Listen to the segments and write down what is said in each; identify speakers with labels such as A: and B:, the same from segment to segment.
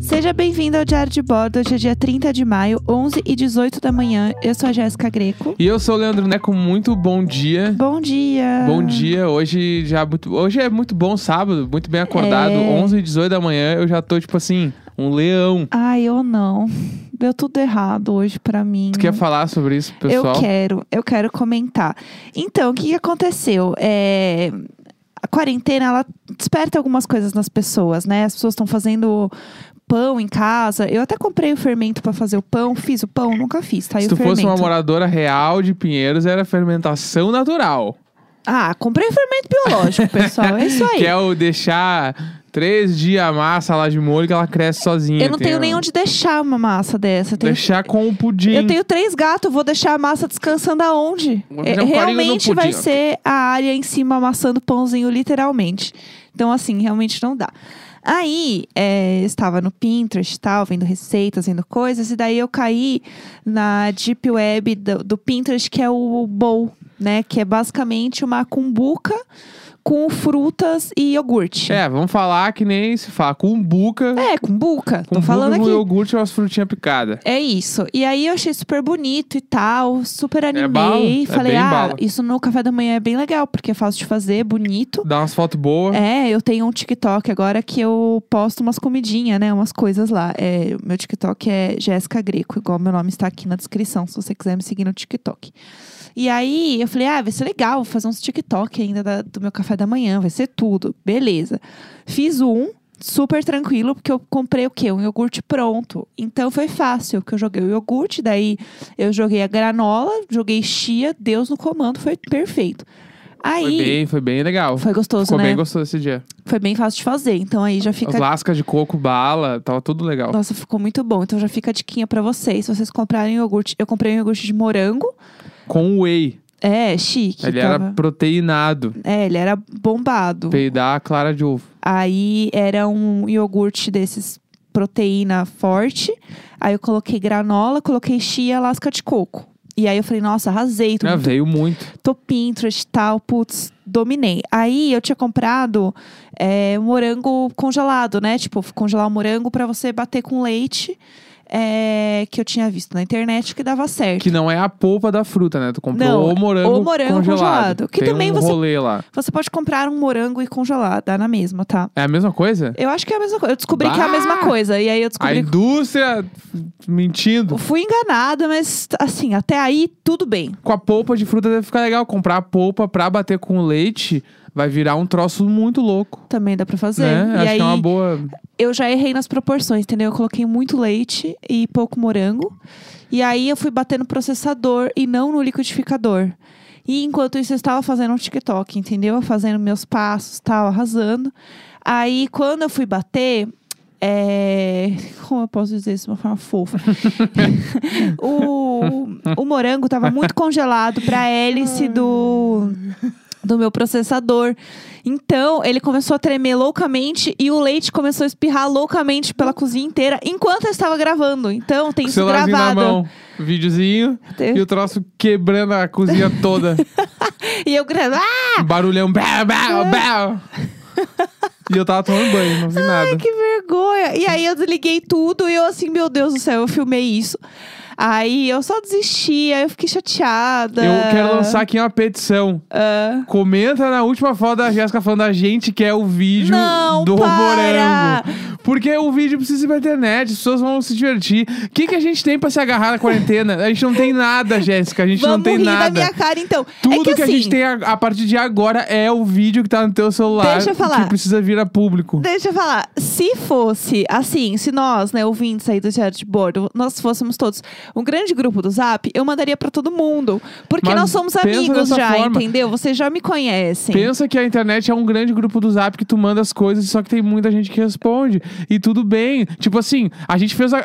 A: Seja bem-vindo ao Diário de Bordo. Hoje é dia 30 de maio, 11 e 18 da manhã. Eu sou a Jéssica Greco.
B: E eu sou o Leandro Neco, muito bom dia.
A: Bom dia.
B: Bom dia, hoje já muito, hoje é muito bom sábado, muito bem acordado,
A: É.
B: 11 e 18 da manhã, eu já tô tipo assim, um leão.
A: Ai, eu não. Deu tudo errado hoje pra mim.
B: Tu quer falar sobre isso, pessoal?
A: Hum. Eu quero, eu quero comentar. Então, o que, que aconteceu? É, A quarentena, ela desperta algumas coisas nas pessoas, né? As pessoas estão fazendo pão em casa. Eu até comprei o fermento pra fazer o pão. Fiz o pão? Nunca fiz, tá? aí
B: Se
A: o
B: tu fosse uma
A: fermento.
B: moradora real de Pinheiros, era fermentação natural.
A: Ah, comprei o fermento biológico, pessoal. É isso aí.
B: Que é o deixar três dias a massa lá de molho que ela cresce sozinha.
A: Eu não tenho
B: entendeu?
A: nem onde deixar uma massa dessa. Eu tenho,
B: Deixar com o pudim.
A: eu tenho três gatos, eu vou deixar a massa descansando aonde?
B: Vou
A: É,
B: fazer um corinho no
A: realmente
B: pudim,
A: vai
B: ok.
A: ser a área em cima amassando pãozinho, literalmente. Então, assim, realmente não dá. Aí, é, eu estava no Pinterest e tal, vendo receitas, vendo coisas, e daí eu caí na Deep Web do, do Pinterest, que é o bowl, né? Que é basicamente uma cumbuca com frutas e iogurte.
B: É, vamos falar que nem se fala, cumbuca.
A: É, cumbuca. Tô
B: cumbuca
A: falando
B: com
A: aqui.
B: iogurte e umas frutinhas picadas.
A: É isso. E aí eu achei super bonito e tal, super animei.
B: bala, é
A: Falei,
B: bem
A: ah,
B: bala."
A: isso no café da manhã é bem legal, porque é fácil de fazer, bonito.
B: Dá umas fotos boas.
A: É, eu tenho um TikTok agora que eu posto umas comidinhas, né? Umas coisas lá. É, meu TikTok é Jéssica Greco, igual meu nome está aqui na descrição, se você quiser me seguir no TikTok. E aí eu falei, ah, vai ser legal, vou fazer uns TikTok ainda da- do meu café da manhã, vai ser tudo. Beleza. Fiz um, super tranquilo, porque eu comprei o quê? Um iogurte pronto. Então foi fácil, porque eu joguei o iogurte, daí eu joguei a granola, joguei chia, Deus no comando, foi perfeito. Aí.
B: Foi bem, foi bem legal.
A: Foi gostoso,
B: Ficou
A: né?
B: bem gostoso esse dia.
A: Foi bem fácil de fazer, então aí já
B: As
A: fica.
B: lascas de coco, bala, tava tudo legal.
A: Nossa, ficou muito bom. Então já fica a diquinha pra vocês. Se vocês comprarem iogurte. Eu comprei um iogurte de morango.
B: Com whey.
A: É, chique.
B: Ele
A: tava-
B: era proteinado.
A: É, ele era bombado.
B: Peidar a clara de ovo.
A: Aí era um iogurte desses proteína forte. Aí eu coloquei granola, coloquei chia, lasca de coco. E aí eu falei, nossa, arrasei. Tô,
B: Ah, veio muito.
A: tô Pinterest e tal, putz, dominei. Aí eu tinha comprado é, morango congelado, né? Tipo, congelar o morango pra você bater com leite. é, que eu tinha visto na internet que dava certo.
B: Que não é a polpa da fruta, né? Tu comprou
A: Não,
B: o morango,
A: o morango congelado, que
B: Tem
A: também
B: um
A: você-
B: rolê lá.
A: Você pode comprar um morango e congelar, dá na mesma, tá?
B: É a mesma coisa?
A: Eu acho que é a mesma coisa. Eu descobri que é a
B: Bah!
A: mesma coisa. E aí eu
B: A
A: descobri
B: indústria mentindo.
A: Eu fui enganada, mas assim, até aí tudo bem.
B: Com a polpa de fruta deve ficar legal. Comprar a polpa pra bater com leite vai virar um troço muito louco.
A: Também dá pra fazer.
B: Né?
A: E
B: Acho
A: aí
B: que é uma boa.
A: eu já errei nas proporções, entendeu? Eu coloquei muito leite e pouco morango. E aí eu fui bater no processador e não no liquidificador. E enquanto isso eu estava fazendo um TikTok, entendeu? Fazendo meus passos, tal, arrasando. Aí quando eu fui bater, é, como eu posso dizer isso de uma forma fofa? o, o morango estava muito congelado para a hélice do, do meu processador. Então, ele começou a tremer loucamente e o leite começou a espirrar loucamente pela cozinha inteira enquanto eu estava gravando. Então, tem
B: Com o
A: isso
B: celularzinho
A: gravado.
B: na mão. Videozinho.
A: Eu-
B: E o troço quebrando a cozinha toda.
A: E eu gravando. Ah,
B: Barulhão. Bá, bá, bá. e eu tava tomando banho, não vi nada.
A: que vergonha! E aí eu desliguei tudo e eu assim, meu Deus do céu, eu filmei isso. Aí eu só desisti, aí eu fiquei chateada.
B: Eu quero lançar aqui uma petição.
A: Ah.
B: Comenta na última foto da Jéssica falando a gente quer o vídeo
A: Não,
B: do
A: para!
B: morango. Porque o vídeo precisa ir pra internet, as pessoas vão se divertir. O que, que a gente tem pra se agarrar na quarentena? A gente não tem nada, Jéssica. A gente
A: Vamos
B: não tem
A: rir
B: nada.
A: da minha cara, então.
B: Tudo
A: é
B: que,
A: que,
B: a
A: assim,
B: gente tem a, a partir de agora é o vídeo que tá no teu celular
A: Deixa eu falar.
B: que precisa vir a público.
A: Deixa eu falar, se fosse assim, se nós, né, ouvintes aí do Diário de Bordo, nós fôssemos todos um grande grupo do Zap, eu mandaria pra todo mundo. Porque
B: Mas
A: nós somos
B: pensa
A: amigos
B: dessa
A: já,
B: forma.
A: entendeu? Vocês já me conhecem.
B: Pensa que a internet é um grande grupo do zap que tu manda as coisas, só que tem muita gente que responde. E tudo bem. Tipo assim, a gente fez a-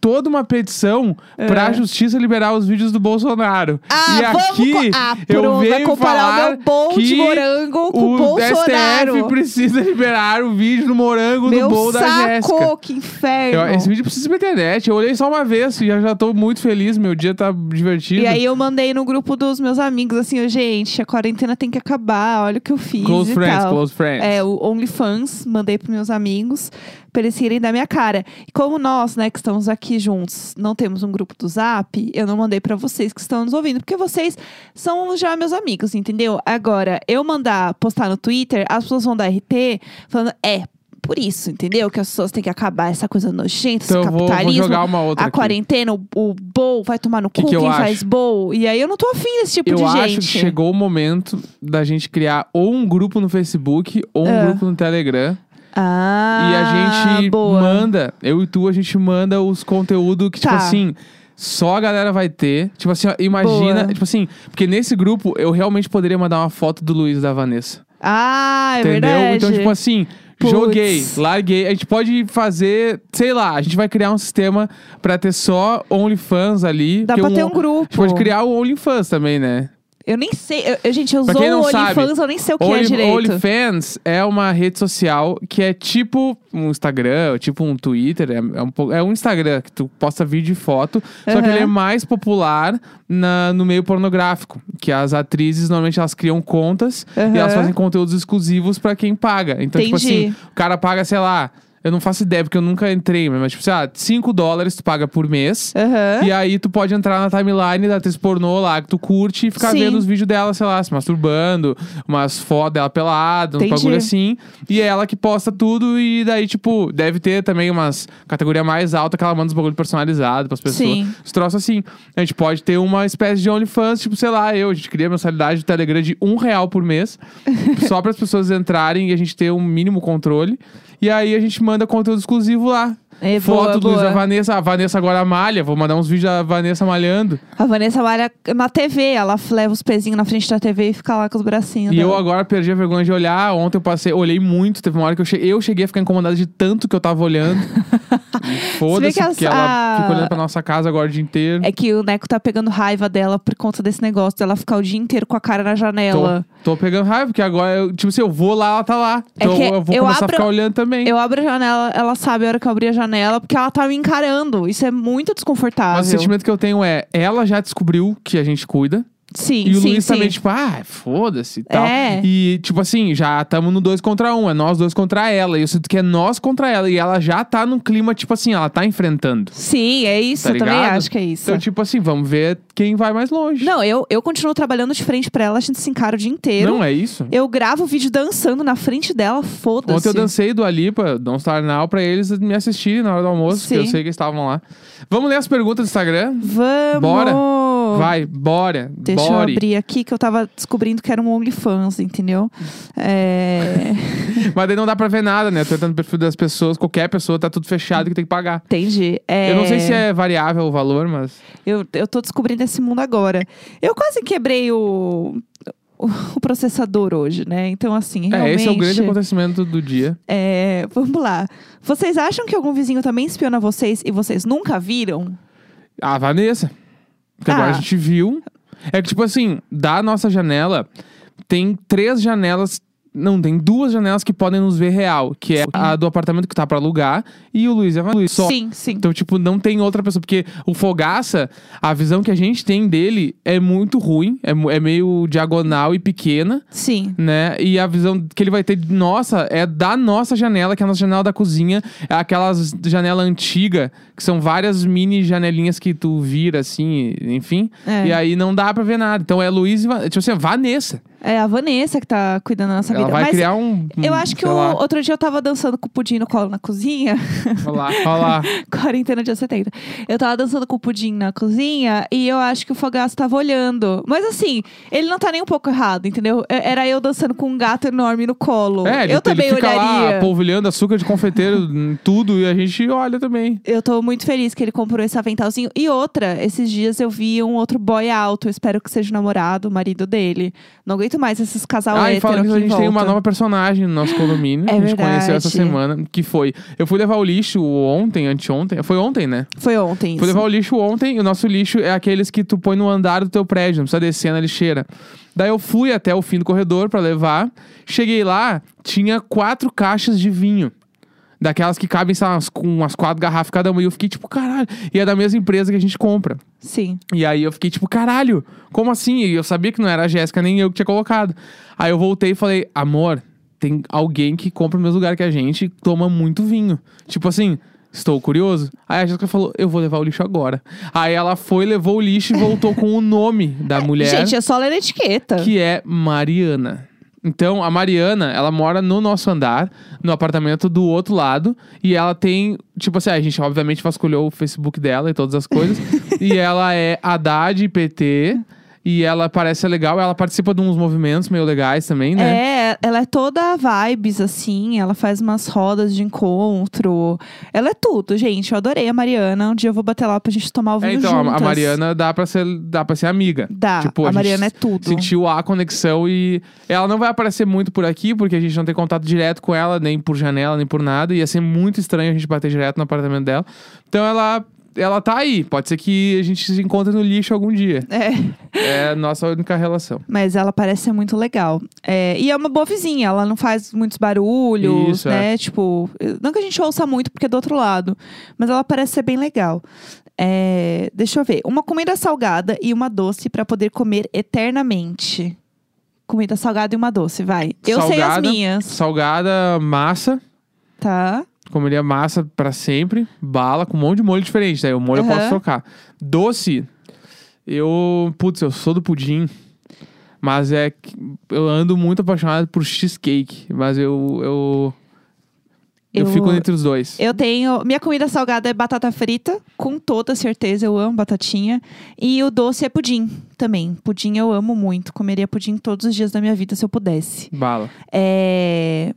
B: toda uma petição pra justiça liberar os vídeos do Bolsonaro.
A: É. Ah,
B: e
A: vamos
B: aqui
A: co- ah,
B: eu
A: pronto,
B: venho
A: vai comparar o
B: falar
A: meu bol de
B: que
A: morango com o Bolsonaro.
B: STF precisa liberar o vídeo do morango
A: Meu
B: do bol da Jéssica.
A: saco, que inferno.
B: Eu- esse vídeo precisa ir pra internet. Eu olhei só uma vez e já, já tô muito feliz, meu dia tá divertido.
A: E aí eu mandei no grupo dos meus amigos, assim, ó, gente, a quarentena tem que acabar, olha o que eu fiz
B: close
A: e
B: friends,
A: tal.
B: close friends.
A: É, o OnlyFans, mandei pros meus amigos, pra eles irem da minha cara. E como nós, né, que estamos aqui juntos, não temos um grupo do Zap, eu não mandei pra vocês que estão nos ouvindo, porque vocês são já meus amigos, entendeu? Agora, eu mandar postar no Twitter, as pessoas vão dar RT, falando, é, por isso, entendeu? Que as pessoas têm que acabar essa coisa nojenta,
B: então
A: esse
B: eu vou, vou
A: capitalismo.
B: jogar uma outra
A: a
B: aqui.
A: quarentena, o, o bowl vai tomar no
B: Que
A: cu,
B: que eu
A: quem faz
B: acho?
A: bowl. E aí eu não tô afim desse tipo
B: Eu
A: de
B: acho
A: gente.
B: que chegou o momento da gente criar ou um grupo no Facebook ou um
A: Ah.
B: grupo no Telegram.
A: Ah,
B: e a gente
A: boa.
B: manda, eu e tu, a gente manda os conteúdos que, tipo
A: Tá.
B: assim, só a galera vai ter. Tipo assim, ó, imagina,
A: Boa.
B: tipo assim, porque nesse grupo eu realmente poderia mandar uma foto do Luiz e da Vanessa.
A: Ah, é
B: entendeu?
A: verdade.
B: Então, tipo assim.
A: Puts.
B: Joguei, larguei. A gente pode fazer, sei lá, a gente vai criar um sistema pra ter só OnlyFans ali.
A: Dá
B: porque
A: pra ter um grupo.
B: A gente pode criar o OnlyFans também, né?
A: Eu nem sei. Eu, eu- gente, eu
B: Pra
A: usou
B: quem
A: o
B: não sabe,
A: OnlyFans, eu nem sei o que é
B: Only-
A: direito.
B: OnlyFans é uma rede social que é tipo um Instagram, tipo um Twitter, é, é um, pouco- é um Instagram que tu posta vídeo e foto, só que
A: Aham.
B: ele é mais popular na- no meio pornográfico, que as atrizes normalmente elas criam contas
A: Aham.
B: e elas fazem conteúdos exclusivos pra quem paga. Então, tipo
A: Entendi.
B: assim, o cara paga, sei lá, eu não faço ideia porque eu nunca entrei, mas tipo, sei lá, 5 dólares tu paga por mês.
A: Aham.
B: E aí tu pode entrar na timeline da atriz pornô lá que tu curte e ficar
A: Sim.
B: vendo os vídeos dela, sei lá, se masturbando, umas fotos dela pelada, uns
A: Entendi.
B: bagulho assim. E é ela que posta tudo e daí, tipo, deve ter também umas categoria mais alta que ela manda os bagulho personalizado pras pessoas.
A: Sim.
B: Os troços assim. A gente pode ter uma espécie de OnlyFans, tipo, sei lá, eu, a gente cria mensalidade do Telegram de um real por mês, só para as pessoas entrarem e a gente ter um mínimo controle. E aí a gente manda conteúdo exclusivo lá.
A: É, boa,
B: Foto do Luiz
A: boa.
B: da Vanessa. A Vanessa agora malha. Vou mandar uns vídeos da Vanessa malhando.
A: A Vanessa malha na TV, ela leva os pezinhos na frente da TV e fica lá com os bracinhos.
B: E
A: dela.
B: eu agora perdi a vergonha de olhar. Ontem eu passei, olhei muito. Teve uma hora que eu cheguei, eu cheguei a ficar incomodado de tanto que eu tava olhando. E Foda-se,
A: que as-
B: porque ela
A: a-
B: fica olhando pra nossa casa agora o dia inteiro.
A: É que o Neco tá pegando raiva dela por conta desse negócio dela ficar o dia inteiro com a cara na
B: Tô,
A: janela.
B: tô pegando raiva, porque agora, eu, tipo, se eu vou lá, ela tá lá.
A: É
B: Então
A: que
B: eu vou
A: eu
B: começar a
A: abro-
B: ficar olhando também.
A: Eu abro a janela, ela sabe a hora que eu abri a janela, porque ela tá me encarando. Isso é muito desconfortável.
B: Mas o sentimento que eu tenho é, ela já descobriu que a gente cuida.
A: Sim,
B: E o
A: sim,
B: Luiz
A: sim.
B: também, tipo, ah, foda-se e tal.
A: É.
B: E, tipo assim, já estamos no dois contra um. É nós dois contra ela. E eu sinto que é nós contra ela. E ela já tá num clima, tipo assim, ela tá enfrentando.
A: Sim, é isso.
B: Tá
A: eu também
B: ligado?
A: acho que é isso.
B: Então, tipo assim, vamos ver quem vai mais longe.
A: Não, eu, eu continuo trabalhando de frente pra ela, a gente se encara o dia inteiro.
B: Não é isso?
A: Eu gravo vídeo dançando na frente dela, foda-se.
B: Ontem eu dancei do Alipa, Don't Star Now, pra eles me assistirem na hora do almoço, que
A: Sim.
B: eu sei que eles estavam lá. Vamos ler as perguntas do Instagram?
A: Vamos!
B: Bora? Vai, bora,
A: Deixa
B: bora.
A: eu abrir aqui que eu tava descobrindo que era um OnlyFans, entendeu? É...
B: Mas daí não dá pra ver nada, né? Eu tô entrando no perfil das pessoas, qualquer pessoa, tá tudo fechado que tem que pagar.
A: Entendi. É...
B: Eu não sei se é variável o valor, mas.
A: Eu, eu tô descobrindo esse mundo agora. Eu quase quebrei o, o processador hoje, né? Então, assim, realmente...
B: É, esse é o grande acontecimento do dia.
A: é, Vamos lá. Vocês acham que algum vizinho também espiona vocês e vocês nunca viram?
B: A Ah, Vanessa. Que agora
A: Ah.
B: a gente viu. É que, tipo assim, da nossa janela, tem três janelas. Não, tem duas janelas que podem nos ver real, que é a do apartamento que tá pra alugar e o Luiz e a Vanessa. Só.
A: Sim, sim.
B: Então, tipo, não tem outra pessoa. Porque o Fogaça, a visão que a gente tem dele é muito ruim, é, mu- é meio diagonal e pequena.
A: Sim.
B: né? E a visão que ele vai ter de nossa é da nossa janela, que é a nossa janela da cozinha, é aquelas janela antiga, que são várias mini janelinhas que tu vira assim, enfim.
A: É.
B: E aí não dá pra ver nada. Então é Luiz e Va- tipo assim, é Vanessa.
A: É a Vanessa que tá cuidando da nossa
B: Ela
A: vida.
B: vai
A: Mas
B: criar um, um,
A: eu acho que
B: sei
A: o-
B: lá,
A: outro dia eu tava dançando com o Pudim no colo na cozinha.
B: Olha lá, olha lá.
A: Quarentena dia 70. Eu tava dançando com o Pudim na cozinha e eu acho que o Fogaço tava olhando. Mas assim, ele não tá nem um pouco errado, entendeu? É- Era eu dançando com um gato enorme no colo.
B: É, ele,
A: eu também
B: ele fica lá
A: olharia.
B: polvilhando açúcar de confeiteiro em tudo e a gente olha também.
A: Eu tô muito feliz que ele comprou esse aventalzinho. E outra, esses dias eu vi um outro boy alto. Eu espero que seja o namorado, o marido dele. Não aguento mais esses casal
B: ah, e
A: Tá hétero
B: fala
A: aqui
B: que a gente
A: em
B: tem uma
A: volta.
B: nova personagem no nosso condomínio.
A: É
B: a gente conheceu
A: verdade.
B: essa semana, que foi. Eu fui levar o lixo ontem, anteontem. Foi ontem, né?
A: Foi ontem
B: Fui
A: isso.
B: levar o lixo ontem, e o nosso lixo é aqueles que tu põe no andar do teu prédio, não precisa descer na lixeira. Daí eu fui até o fim do corredor pra levar. Cheguei lá, tinha quatro caixas de vinho. Daquelas que cabem, sei lá, umas- com umas quatro garrafas cada uma. E eu fiquei tipo, caralho. E é da mesma empresa que a gente compra.
A: Sim.
B: E aí eu fiquei tipo, caralho, como assim? E eu sabia que não era a Jéssica nem eu que tinha colocado. Aí eu voltei e falei, amor, tem alguém que compra no mesmo lugar que a gente e toma muito vinho. Tipo assim, estou curioso. Aí a Jéssica falou, eu vou levar o lixo agora. Aí ela foi, levou o lixo e voltou com o nome da mulher,
A: Gente, é só ler a etiqueta.
B: que é Mariana. Então, a Mariana, ela mora no nosso andar, no apartamento do outro lado, e ela tem, tipo assim, a gente obviamente vasculhou o Facebook dela e todas as coisas, e ela é Haddad PT, e ela parece ser legal, ela participa de uns movimentos meio legais também, né?
A: É, ela é toda vibes, assim. Ela faz umas rodas de encontro. Ela é tudo, gente. Eu adorei a Mariana. Um dia eu vou bater lá pra gente tomar o vinho
B: então, a- a
A: juntas.
B: Mariana dá pra ser, dá pra ser amiga.
A: Dá.
B: tipo, a
A: a
B: gente
A: Mariana é tudo.
B: Sentiu a conexão e ela não vai aparecer muito por aqui, porque a gente não tem contato direto com ela, nem por janela, nem por nada. Ia ser muito estranho a gente bater direto no apartamento dela. Então ela, ela tá aí. Pode ser que a gente se encontre no lixo algum dia.
A: É,
B: É a nossa única relação.
A: mas ela parece ser muito legal. É, e é uma boa vizinha, ela não faz muitos barulhos,
B: Isso, é.
A: né? Tipo, não que a gente ouça muito porque é do outro lado, mas ela parece ser bem legal. É, deixa eu ver. Uma comida salgada e uma doce pra poder comer eternamente. Comida salgada e uma doce, vai. Eu sei as
B: Salgada.
A: minhas,
B: Salgada, massa.
A: tá?
B: Comeria massa pra sempre. Bala com um monte de molho diferente. Daí o molho
A: Aham.
B: eu posso trocar. Doce, eu. Putz, eu sou do pudim. Mas é. que Eu ando muito apaixonado por cheesecake. Mas eu. Eu, eu,
A: Eu-
B: fico entre os dois.
A: Eu tenho. Minha comida salgada é batata frita, com toda certeza. Eu amo batatinha. E o doce é pudim também. Pudim eu amo muito. Comeria pudim todos os dias da minha vida se eu pudesse.
B: Bala.
A: É,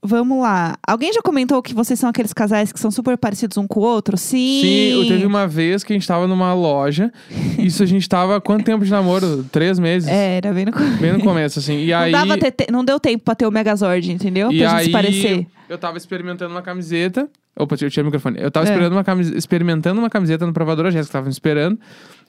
A: Vamos lá. Alguém já comentou que vocês são aqueles casais que são super parecidos um com o outro? Sim.
B: Sim, eu teve uma vez que a gente tava numa loja. Isso a gente tava. há Quanto tempo de namoro? Três meses.
A: É, era bem no co-
B: Bem no começo, assim. E
A: Não,
B: um- aí.
A: dava ter te- não deu tempo pra ter o Megazord, entendeu?
B: E
A: pra
B: aí,
A: gente se parecer.
B: Eu tava experimentando uma camiseta. Opa, eu tinha o microfone. Eu tava
A: É.
B: esperando uma camis- experimentando uma camiseta no provador, a Jéssica tava me esperando.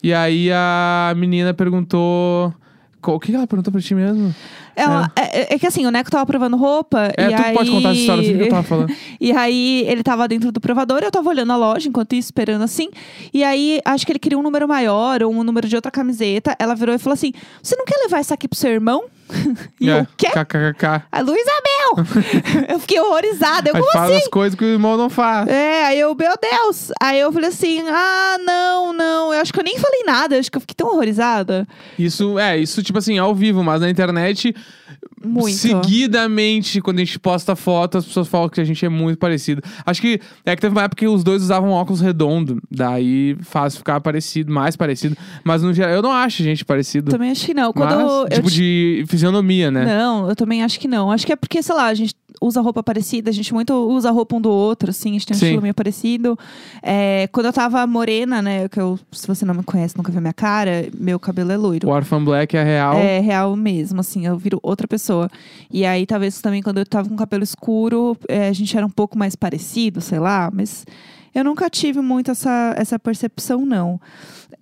B: E aí a menina perguntou. qual- O que que ela perguntou pra ti mesmo?
A: Ela- é- é que assim, o Neco tava provando roupa.
B: É,
A: e
B: tu
A: aí...
B: que pode contar essa história, assim que eu tava falando.
A: E aí ele tava dentro do provador, eu tava olhando a loja enquanto isso, esperando assim. E aí acho que ele queria um número maior ou um número de outra camiseta. Ela virou e falou assim: Você não quer levar isso aqui pro seu irmão? e
B: é,
A: eu, quê?
B: KKKK.
A: A Luísa Mel! eu fiquei horrorizada. Eu,
B: Mas
A: como
B: fala
A: assim?
B: as coisas que o irmão não faz.
A: É, aí eu, meu Deus! Aí eu falei assim: Ah, não, não. Eu acho que eu nem falei nada, eu acho que eu fiquei tão horrorizada.
B: Isso, é, isso, tipo assim, ao vivo, mas na internet,
A: Muito.
B: seguidamente, quando a gente posta foto, as pessoas falam que a gente é muito parecido. Acho que é que teve uma época que os dois usavam óculos redondo. Daí faz ficar parecido, mais parecido. Mas no geral, eu não acho a gente parecido.
A: Também acho que não. Quando
B: Mas,
A: eu- eu
B: tipo, de fisionomia, né?
A: Não, eu também acho que não. Acho que é porque, sei lá, a gente usa roupa parecida, a gente muito usa roupa um do outro, assim, a gente tem um
B: Sim.
A: estilo meio parecido. É, quando eu tava morena, né, que eu, se você não me conhece, nunca viu minha cara, meu cabelo é loiro.
B: O Orphan Black é real.
A: É real mesmo, assim, eu viro outra pessoa. E aí, talvez também, quando eu tava com cabelo escuro, é, a gente era um pouco mais parecido, sei lá, mas eu nunca tive muito essa, essa percepção, não.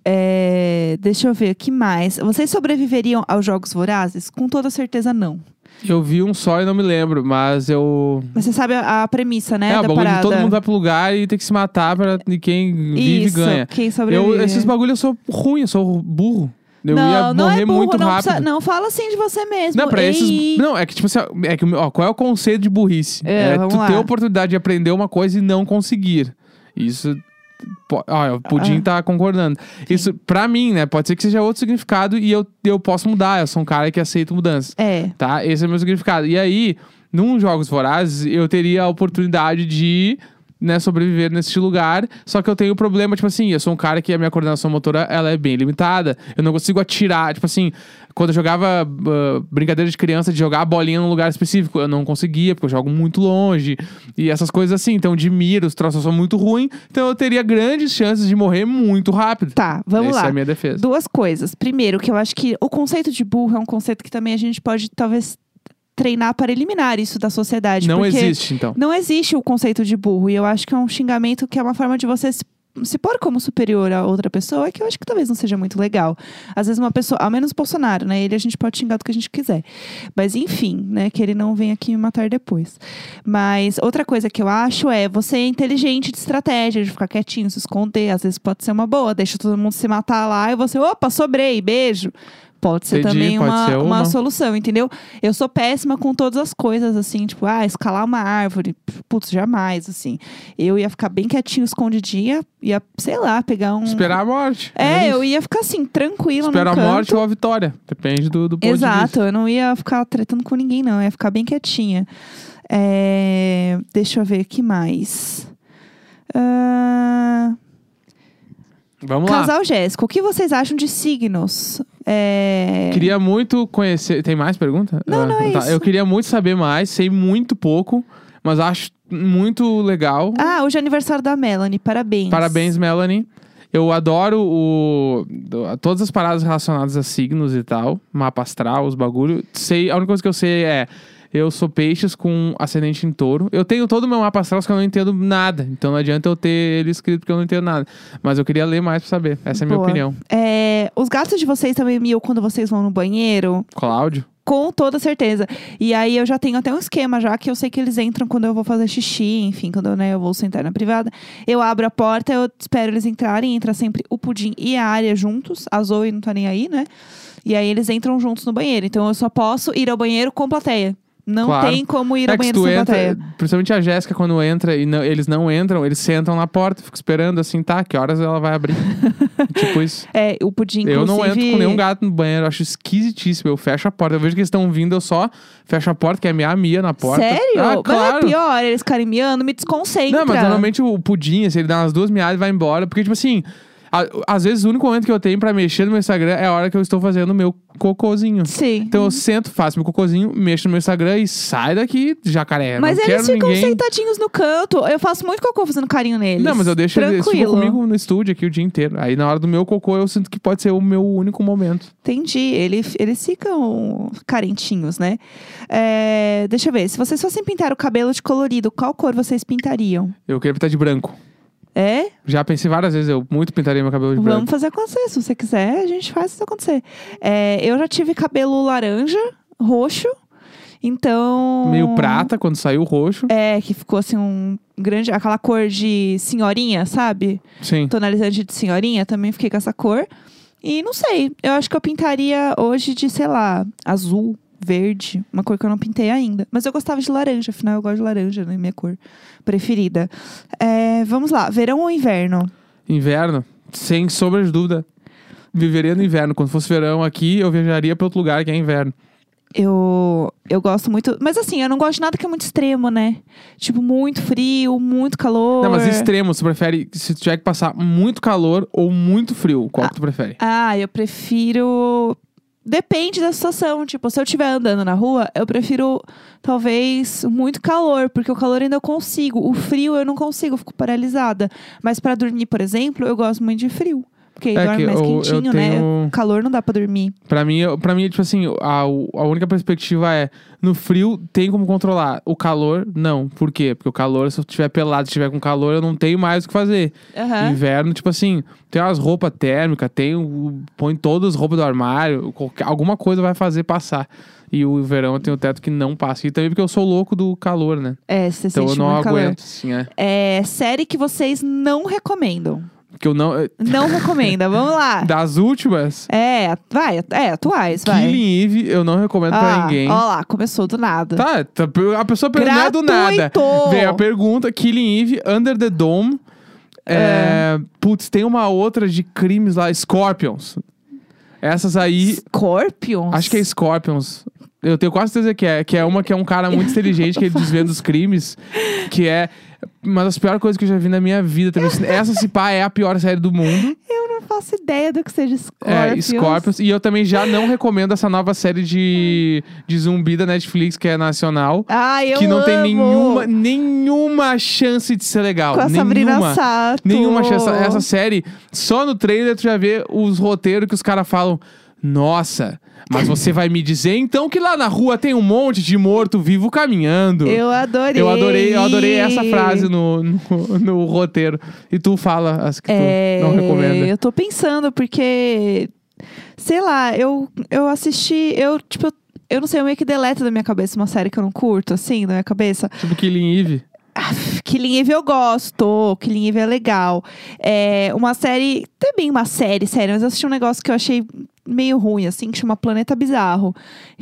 A: É, deixa eu ver, o que mais? Vocês sobreviveriam aos Jogos Vorazes? Com toda certeza, não.
B: Eu vi um só e não me lembro, mas eu.
A: Mas você sabe a, a premissa, né?
B: é, o
A: da
B: bagulho
A: parada.
B: de todo mundo vai pro lugar e tem que se matar pra quem vive
A: Isso,
B: ganha.
A: quem sobrevive.
B: Eu, esses bagulho eu sou ruim, eu sou burro. Eu
A: não,
B: ia morrer
A: não é burro,
B: muito
A: não
B: rápido.
A: precisa- não fala assim de você mesmo.
B: Não, pra
A: Ei,
B: esses. Não, é que tipo assim, ó, é que, ó, qual é o conceito de burrice?
A: É, vamos
B: tu ter
A: lá.
B: a oportunidade de aprender uma coisa e não conseguir. Isso. po- Ó, o Pudim
A: Ah.
B: tá concordando. Isso, pra mim, né? Pode ser que seja outro significado e eu, eu posso mudar. Eu sou um cara que aceita mudança,
A: É,
B: tá? Esse é o meu significado. E aí, num Jogos Vorazes, eu teria a oportunidade de. Né, sobreviver nesse lugar, só que eu tenho um problema, tipo assim, eu sou um cara que a minha coordenação motora ela é bem limitada, eu não consigo atirar, tipo assim, quando eu jogava ah, brincadeira de criança de jogar a bolinha num lugar específico, eu não conseguia, porque eu jogo muito longe. E essas coisas assim. Então, de mira, os troços são muito ruins. Então, eu teria grandes chances de morrer muito rápido.
A: tá, vamos
B: Essa é
A: lá.
B: a minha defesa.
A: Duas coisas. Primeiro, que eu acho que o conceito de burro é um conceito que também a gente pode, talvez, treinar para eliminar isso da sociedade.
B: Não
A: porque
B: existe, então.
A: Não existe o conceito de burro. E eu acho que é um xingamento que é uma forma de você se se pôr como superior a outra pessoa, é que eu acho que talvez não seja muito legal. Às vezes uma pessoa, ao menos o Bolsonaro, né? Ele a gente pode xingar do que a gente quiser. Mas enfim, né? Que ele não venha aqui me matar depois. Mas outra coisa que eu acho é você é inteligente de estratégia, de ficar quietinho, se esconder. Às vezes pode ser uma boa, deixa todo mundo se matar lá e você, opa, sobrei, beijo. Pode ser
B: Entendi,
A: também
B: pode
A: uma,
B: ser uma.
A: uma solução, entendeu? Eu sou péssima com todas as coisas, assim, tipo, ah, escalar uma árvore, putz, jamais, assim. Eu ia ficar bem quietinho, escondidinha, ia, sei lá, pegar um.
B: Esperar a morte.
A: É,
B: isso.
A: eu ia ficar assim, tranquila
B: Espero
A: no
B: a
A: canto.
B: morte ou a vitória. Depende do, do ponto de
A: Exato,
B: vista.
A: eu não ia ficar tretando com ninguém, não. Eu ia ficar bem quietinha. É, Deixa eu ver que mais. Ah,
B: Vamos lá.
A: Casal Jéssico, o que vocês acham de signos? É,
B: Queria muito conhecer. Tem mais pergunta? Ah, então tá.
A: Não, não, é isso.
B: Eu queria muito saber mais, sei muito pouco, mas acho muito legal.
A: Ah, hoje é aniversário da Melanie, parabéns.
B: Parabéns, Melanie. Eu adoro o, do- todas as paradas relacionadas a signos e tal, mapa astral, os bagulho. Sei, a única coisa que eu sei é eu sou peixes com ascendente em touro. Eu tenho todo o meu mapa astral, só que eu não entendo nada. Então não adianta eu ter ele escrito porque eu não entendo nada. Mas eu queria ler mais pra saber. Essa é a minha
A: Boa.
B: opinião.
A: É, os gatos de vocês também miam quando vocês vão no banheiro?
B: Cláudio?
A: Com toda certeza. E aí eu já tenho até um esquema já que eu sei que eles entram quando eu vou fazer xixi, enfim, quando né, eu vou sentar na privada. Eu abro a porta, eu espero eles entrarem, entra sempre o pudim e a área juntos. A Zoe não tá nem aí, né? E aí eles entram juntos no banheiro. Então eu só posso ir ao banheiro com plateia. Não
B: Claro.
A: tem como ir
B: É
A: ao
B: que se
A: banheiro
B: tu
A: sem
B: entra,
A: plateia.
B: principalmente a Jéssica, quando entra e não- eles não entram, eles sentam na porta, fico esperando assim, tá? Que horas ela vai abrir? tipo isso.
A: É, o pudim,
B: Eu não entro
A: inclusive...
B: com nenhum gato no banheiro, eu acho esquisitíssimo. Eu fecho a porta. Eu vejo que eles estão vindo, eu só fecho a porta, que é minha mia na porta.
A: Sério?
B: Ah,
A: Mas
B: claro.
A: é pior, eles ficarem miando, me desconcentra.
B: Não, mas normalmente o pudim, assim, ele dá umas duas miadas e vai embora. Porque, tipo assim, a- às vezes o único momento que eu tenho pra mexer no meu Instagram é a hora que eu estou fazendo o meu cocôzinho.
A: Sim.
B: Então eu sento, faço meu cocôzinho, mexo no meu Instagram e sai daqui, jacaré.
A: mas
B: não
A: eles
B: quero
A: ficam
B: ninguém.
A: sentadinhos no canto. Eu faço muito cocô fazendo carinho neles.
B: Não, mas eu deixo eles
A: Tranquilo.
B: ficam comigo no estúdio aqui o dia inteiro. Aí na hora do meu cocô eu sinto que pode ser o meu único momento.
A: Entendi. Ele, eles ficam carentinhos, né? É, deixa eu ver. Se vocês fossem pintar o cabelo de colorido, qual cor vocês pintariam?
B: Eu queria pintar de branco.
A: É?
B: Já pensei várias vezes, eu muito pintaria meu cabelo de branco.
A: Vamos fazer acontecer. Se você quiser, a gente faz isso acontecer. É, eu já tive cabelo laranja, roxo. Então.
B: Meio prata, quando saiu o roxo.
A: É, que ficou assim um grande. Aquela cor de senhorinha, sabe?
B: Sim.
A: tonalizante de senhorinha, também fiquei com essa cor. E não sei, eu acho que eu pintaria hoje de, sei lá, azul, verde, uma cor que eu não pintei ainda. Mas eu gostava de laranja, afinal eu gosto de laranja, né? Minha cor preferida. É, vamos lá, verão ou inverno?
B: Inverno, sem sombra de dúvida. Viveria no inverno. Quando fosse verão aqui, eu viajaria pra outro lugar que é inverno.
A: Eu, eu gosto muito. Mas assim, eu não gosto de nada que é muito extremo, né? Tipo, muito frio, muito calor.
B: Não, mas extremo, você prefere se tiver que passar muito calor ou muito frio? Qual que tu prefere?
A: Ah, eu prefiro. Depende da situação. Tipo, se eu estiver andando na rua, eu prefiro, talvez, muito calor, porque o calor ainda eu consigo. O frio eu não consigo, eu fico paralisada. Mas pra dormir, por exemplo, eu gosto muito de frio. Porque aí
B: É
A: dorme
B: que
A: mais
B: eu- eu
A: quentinho,
B: tenho-
A: né? Calor não dá pra dormir.
B: Pra mim, eu- pra mim, tipo assim, a, a única perspectiva é: no frio tem como controlar. O calor, não. Por quê? Porque o calor, se eu estiver pelado, se tiver com calor, eu não tenho mais o que fazer.
A: Aham.
B: Inverno, tipo assim, tem umas roupas térmicas, tem o- põe todas as roupas do armário, qualquer- alguma coisa vai fazer passar. E o verão eu tenho o teto que não passa. E também porque eu sou louco do calor, né?
A: É, você
B: Então eu
A: sente
B: não
A: muito calor.
B: aguento, sim, é.
A: É, série que vocês não recomendam.
B: Que eu não. eh,
A: Não recomenda, vamos lá.
B: Das últimas,
A: É, vai, é, atuais, vai.
B: Killing Eve eu não recomendo pra
A: ah,
B: ninguém.
A: Ó lá, começou do nada.
B: Tá, tá, a pessoa pergunta não é do nada.
A: Gratuito!
B: Vem a pergunta, Killing Eve, Under the Dome. É, Putz, tem uma outra de crimes lá, Scorpions. Essas aí,
A: Scorpions?
B: acho que é Scorpions. Eu tenho quase certeza que é, que é uma que é um cara muito inteligente que ele desvenda os crimes, que é uma das piores coisas que eu já vi na minha vida. Talvez essa, se pá, é a pior série do mundo.
A: Eu não faço ideia do que seja Scorpions.
B: É, Scorpions. E eu também já não recomendo essa nova série de, de zumbi da Netflix, que é nacional.
A: Ah, eu
B: que não tem
A: amo.
B: nenhuma, nenhuma chance de ser legal.
A: Com a
B: nenhuma.
A: Sabrina Sato.
B: Nenhuma chance. Essa, essa série, só no trailer tu já vê os roteiros que os caras falam. Nossa, Mas você vai me dizer então que lá na rua tem um monte de morto vivo caminhando.
A: Eu adorei.
B: Eu adorei, eu adorei essa frase no, no, no roteiro. E tu fala as que
A: É,
B: tu não recomenda.
A: Eu tô pensando, porque. Sei lá, eu, eu assisti. Eu, tipo, eu, eu não sei, eu meio que deleto da minha cabeça uma série que eu não curto, assim, da minha cabeça.
B: Tipo Killing Eve.
A: Aff, Killing Eve eu gosto, Killing Eve é legal. É uma série, também uma série, sério, mas eu assisti um negócio que eu achei meio ruim, assim, que chama Planeta Bizarro.